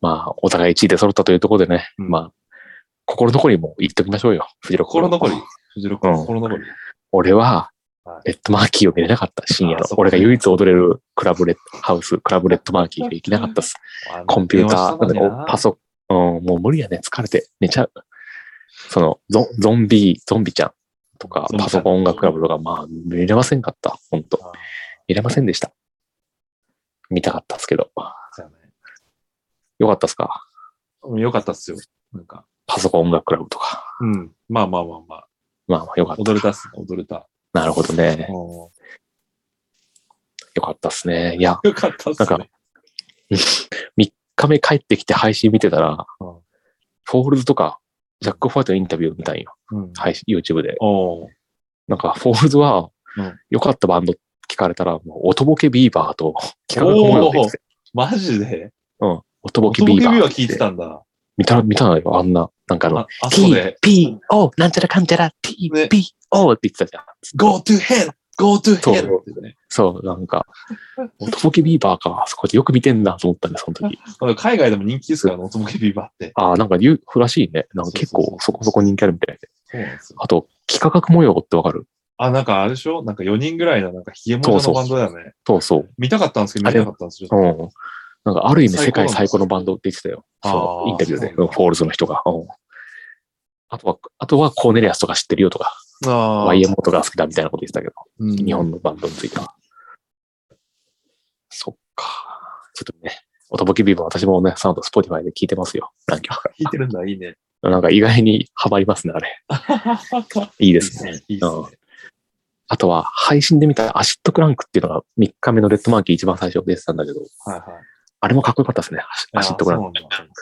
Speaker 1: まあ、お互い1位で揃ったというところでね、
Speaker 2: うん
Speaker 1: まあ、心残りも言っておきましょうよ、藤六
Speaker 2: 心残り。藤六君、
Speaker 1: うん
Speaker 2: 心残り。
Speaker 1: 俺は
Speaker 2: は、い
Speaker 1: レッドマーキーを見れなかった、深夜の
Speaker 2: あ。そっか
Speaker 1: 俺が唯一踊れるクラブレッド、ハウス、クラブレッドマーキーが行けなかったっす。
Speaker 2: あの
Speaker 1: コンピューター、なんだ
Speaker 2: 電話したのに
Speaker 1: ろうパソコン、うん、もう無理やね、疲れて、寝ちゃう。その、ゾンゾンビ、ゾンビちゃんとか
Speaker 2: ゾン、ビちゃん
Speaker 1: パソコン音楽クラブとか、まあ、見れませんかった、本当
Speaker 2: あー
Speaker 1: 見れませんでした。見たかったっすけど。
Speaker 2: そうやね
Speaker 1: よかったっすか
Speaker 2: うんよかったっすよ。なんか。
Speaker 1: パソコン音楽クラブとか。
Speaker 2: うん。まあまあまあまあ。
Speaker 1: まあまあ、よかった。
Speaker 2: 踊れたっすね、踊れた。
Speaker 1: なるほどね。
Speaker 2: うん
Speaker 1: よかったっすね。いや、
Speaker 2: よかったっす
Speaker 1: なん
Speaker 2: ね。
Speaker 1: カメ帰ってきて配信見てたら、
Speaker 2: うん
Speaker 1: フォールズとか、ジャック・ホワイトのインタビュー見たんよ。
Speaker 2: うん。
Speaker 1: 配信 YouTube で。
Speaker 2: おー
Speaker 1: なんか、フォールズは
Speaker 2: うん、
Speaker 1: 良かったバンド聞かれたら、もう、音ボケビーバーと、企画顧問でて、
Speaker 2: マジで
Speaker 1: うん、音ボケ
Speaker 2: 音
Speaker 1: ビ
Speaker 2: ボ
Speaker 1: ー
Speaker 2: ケ
Speaker 1: バー。
Speaker 2: ビは聞いて。たんだ。
Speaker 1: 見た、見たのよ、あんな。なんかあの、
Speaker 2: あ、あそこ
Speaker 1: T
Speaker 2: で。、
Speaker 1: P、O、なんちゃらかんちゃら、T、
Speaker 2: ね
Speaker 1: P、O って言ってたじゃん。
Speaker 2: Go to hell! Go to
Speaker 1: そう
Speaker 2: hell! ってね
Speaker 1: そう、なん
Speaker 2: *laughs*
Speaker 1: か、音ボケビーバーか、あそこでよく見てんなと思ったんで、その時。
Speaker 2: 海外でも人気ですからね、音ボケビーバーって。
Speaker 1: ああ、なんか言う、らしいね。なんか結
Speaker 2: そうそ
Speaker 1: 構
Speaker 2: うそう
Speaker 1: そこそこ人気あるみたいで。
Speaker 2: そうなんですよ。
Speaker 1: あと、幾何学模様ってわかる
Speaker 2: あ、なんかあれでしょなんか4人ぐらいのなんかヒゲモノのバンドだよね。
Speaker 1: そうそう。
Speaker 2: 見たかったんですけど、
Speaker 1: あ
Speaker 2: 見
Speaker 1: れ
Speaker 2: たかったんですよ。
Speaker 1: うん。なんか、ある意味世
Speaker 2: 最高
Speaker 1: 界
Speaker 2: なんです
Speaker 1: 最高のバンドって言ってたよ。
Speaker 2: あー
Speaker 1: そう、インタビューで、
Speaker 2: そう
Speaker 1: う
Speaker 2: なん
Speaker 1: ん
Speaker 2: だ
Speaker 1: フォールズの人が。うん。あとは、あとはコーネリアスとか知ってるよとか、
Speaker 2: あー
Speaker 1: YMO とか好きだみたいなこと言ってたけど、
Speaker 2: うん
Speaker 1: 日本のバンドについては。そっか。ちょっとね、音ボケビーバー私もね、サウンド、スポティファイで聞いてますよ。なんか、
Speaker 2: 聞いてるんだ、いいね。
Speaker 1: なんか意外にハマりますね、あれ。いい *laughs* ですね。
Speaker 2: いいですね。
Speaker 1: あとは、配信で見たアシットクランクっていうのが3日目のレッドマーキー一番最初出てたんだけど、
Speaker 2: はいはい。
Speaker 1: あれもかっこよかったですね。アシアシットクランク。
Speaker 2: あーそうなんだ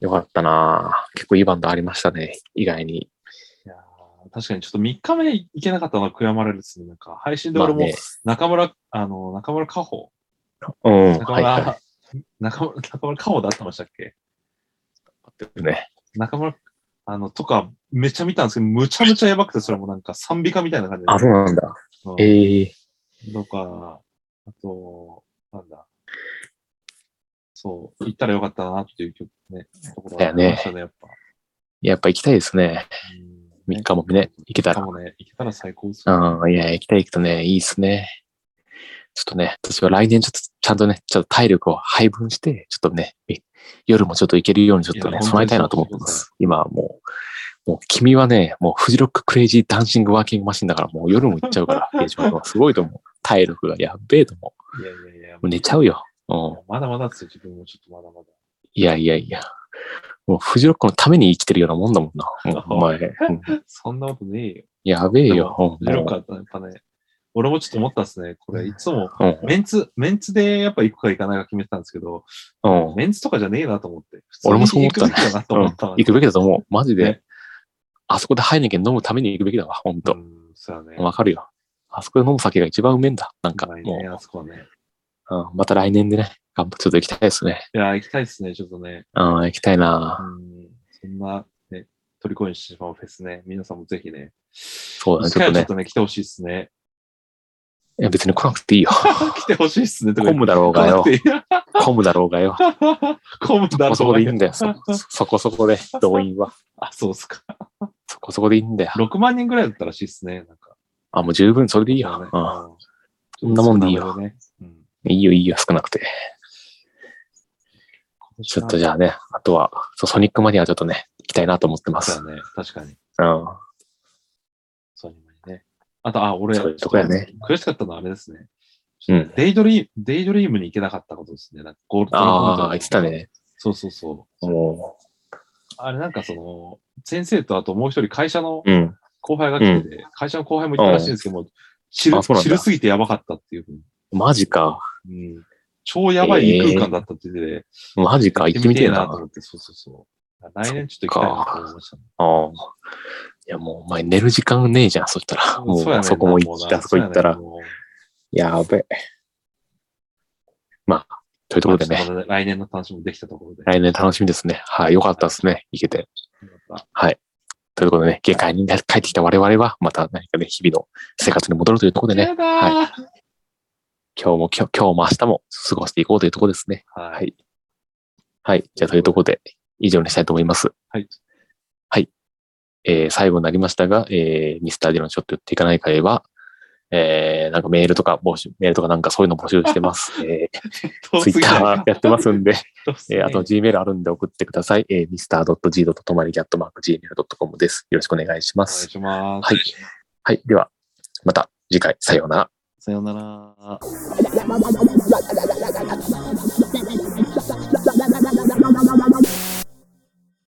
Speaker 1: よかったなぁ結構いいバンドありましたね。意外に。
Speaker 2: いやー確かにちょっと3日目行けなかったのは悔やまれるですね。なんか配信で俺
Speaker 1: まあ
Speaker 2: も
Speaker 1: ね
Speaker 2: 中村、あの、中村加穂。
Speaker 1: うん。
Speaker 2: 中
Speaker 1: はい
Speaker 2: 村、
Speaker 1: は
Speaker 2: 中村、中村加穂だったましたっけ
Speaker 1: い。ね。
Speaker 2: 中村、あの、とか、めっちゃ見たんですけど、むちゃむちゃやばくて、それもなんか賛美歌みたいな感じで。
Speaker 1: あ、そうなんだ。
Speaker 2: うん
Speaker 1: ええ
Speaker 2: とか、あと、なんだ。そう、行ったらよかったなっていう曲ね、ところがありましたね、やっぱ。
Speaker 1: やっぱ行きたいですね。
Speaker 2: うん
Speaker 1: 3日もね、行けた
Speaker 2: 三
Speaker 1: ら
Speaker 2: 日。もね、行けたら最高ですよ。
Speaker 1: うん。いや、行きたい行くとね、いいですね。ちょっとね、私は来年ちょっとちゃんとね、ちょっと体力を配分して、ちょっとね、み夜もちょっと行けるようにちょっと
Speaker 2: い
Speaker 1: ね
Speaker 2: や、
Speaker 1: 備えたいなと思ってます。今はもう、もう君はね、もうフジロッククレイジーダンシングワーキングマシンだから、もう夜も行っちゃうから、 *laughs* 平常はすごいと思う。体力がやっべえと思
Speaker 2: いやいやいや、
Speaker 1: う。もう寝ちゃうよ。うん。
Speaker 2: まだまだっすよ、自分もちょっとまだまだ。 *laughs*
Speaker 1: いやいやいや。もうフジロックのために生きてるようなもんだもんな。うんお前。うん
Speaker 2: そんなことねえよ。
Speaker 1: やべえ
Speaker 2: で
Speaker 1: よ。
Speaker 2: も
Speaker 1: うん
Speaker 2: フジロックはやっぱね、俺もちょっと思ったっすね。これ、いつも、
Speaker 1: うん
Speaker 2: メンツ、メンツでやっぱ行くか行かないか決めてたんですけど、
Speaker 1: うん。
Speaker 2: メンツとかじゃねえなと思って。
Speaker 1: 俺もそう思った
Speaker 2: 普通に行くべきだなと思ったわ。
Speaker 1: 行くべきだと思う。マジで
Speaker 2: ね。
Speaker 1: あそこでハイネケン飲むために行くべきだわ。ほんと
Speaker 2: う。ん、そうやね。
Speaker 1: わかるよ。あそこで飲む酒が一番うめえんだ。なんか、
Speaker 2: うまい
Speaker 1: も
Speaker 2: ね、あそこはね。
Speaker 1: う、うんまた来年でね、頑張ってちょっと行きたいですね。
Speaker 2: いや、行きたいですね、ちょっとね。、
Speaker 1: うん、行きたいうなん
Speaker 2: そんな、ね、虜にしてしまうフェスね。皆さんもぜひね。
Speaker 1: そうだね、
Speaker 2: 一
Speaker 1: ちょっと
Speaker 2: 回はちょっ
Speaker 1: ね。
Speaker 2: とね、来てほしいですね。
Speaker 1: いや別に来なくていい
Speaker 2: *laughs*
Speaker 1: よ。
Speaker 2: 来てほしいですね、とか
Speaker 1: 混
Speaker 2: 言っ
Speaker 1: むだろうがよ。
Speaker 2: て。
Speaker 1: 混むだろうがよ。
Speaker 2: *laughs* コムだ
Speaker 1: そこそこでいい
Speaker 2: ろ
Speaker 1: んだよ。そそこそこで、動員は。
Speaker 2: *laughs* あ、そうっすか。
Speaker 1: そこそこでいいんだよ。
Speaker 2: 6万人ぐらいだったらしいですね、なんか。
Speaker 1: あ、もう十分それでいいよ。
Speaker 2: ね
Speaker 1: うん
Speaker 2: う
Speaker 1: そんなもんでいいよ
Speaker 2: 少なめねうん
Speaker 1: いいよ、いいよ、少なくて。ちょっとじゃあね、あとは、そうソニックマニアはちょっとね、行きたいなと思ってま
Speaker 2: そ
Speaker 1: す。
Speaker 2: うだね、確か
Speaker 1: う
Speaker 2: に。
Speaker 1: ん。
Speaker 2: そうにね。あと、あ、俺、
Speaker 1: そういうとこやね
Speaker 2: 悔しかったのはあれですね。
Speaker 1: うん。
Speaker 2: デイドリーム、デイドリームに行けなかったことですね。なんかゴールドゴールド
Speaker 1: あ
Speaker 2: の
Speaker 1: あ、言ってたね。
Speaker 2: そうそうそう。
Speaker 1: も
Speaker 2: あれなんかその、先生とあともう一人会社の
Speaker 1: う、うん。
Speaker 2: 後輩が来てて、会社の後輩も行ったらしいんですけども、知る、
Speaker 1: あそうなんだ
Speaker 2: 知るすぎてやばかったっていうふう
Speaker 1: マジか。
Speaker 2: に。うん。超やばい異空間だったって言ってて、
Speaker 1: マジか。行ってみてえな。
Speaker 2: と
Speaker 1: あ
Speaker 2: 思って、そうそうそう。来年ちょっと行きたいなと思いましたね。
Speaker 1: あ。いや、もう、お前寝る時間ねえじゃん、そしたら。も
Speaker 2: やね
Speaker 1: う、そこも行って、あそこ行ったら。
Speaker 2: もう
Speaker 1: やべ。まあ、というところで
Speaker 2: まあ
Speaker 1: ね
Speaker 2: ち、ょっと来年の楽しみできたところで。
Speaker 1: 来年楽しみですね。はい、よかったですね。行けて。
Speaker 2: また
Speaker 1: ということでね、下界に帰ってきた我々は、また何かね、日々の生活に戻るというところでね、
Speaker 2: やだー
Speaker 1: 今日も今日今日も明日も過ごしていこうというところですね。
Speaker 2: は。
Speaker 1: はいい。はい。じゃあ、というところで、以上にしたいと思います。
Speaker 2: はい。 *laughs*
Speaker 1: はい。えー最後になりましたが、えーミスターディのちょっと言っていかない会は、えーなんかメールとか募集、メールとかなんかそういうの募集してます。え
Speaker 2: *laughs*
Speaker 1: ー、
Speaker 2: 遠
Speaker 1: ツイ
Speaker 2: す
Speaker 1: ッ
Speaker 2: ぎない
Speaker 1: ターやってますん
Speaker 2: *laughs*
Speaker 1: で、
Speaker 2: 遠すぎ
Speaker 1: え
Speaker 2: な
Speaker 1: ー
Speaker 2: い
Speaker 1: あと Gmail あるんで送ってください。えー、mr.g.tomari.gmail.com です。よろしくお願いしま
Speaker 2: お願い
Speaker 1: す。
Speaker 2: します。
Speaker 1: はい。はい。では、また次回、さようなら。
Speaker 2: さようなら。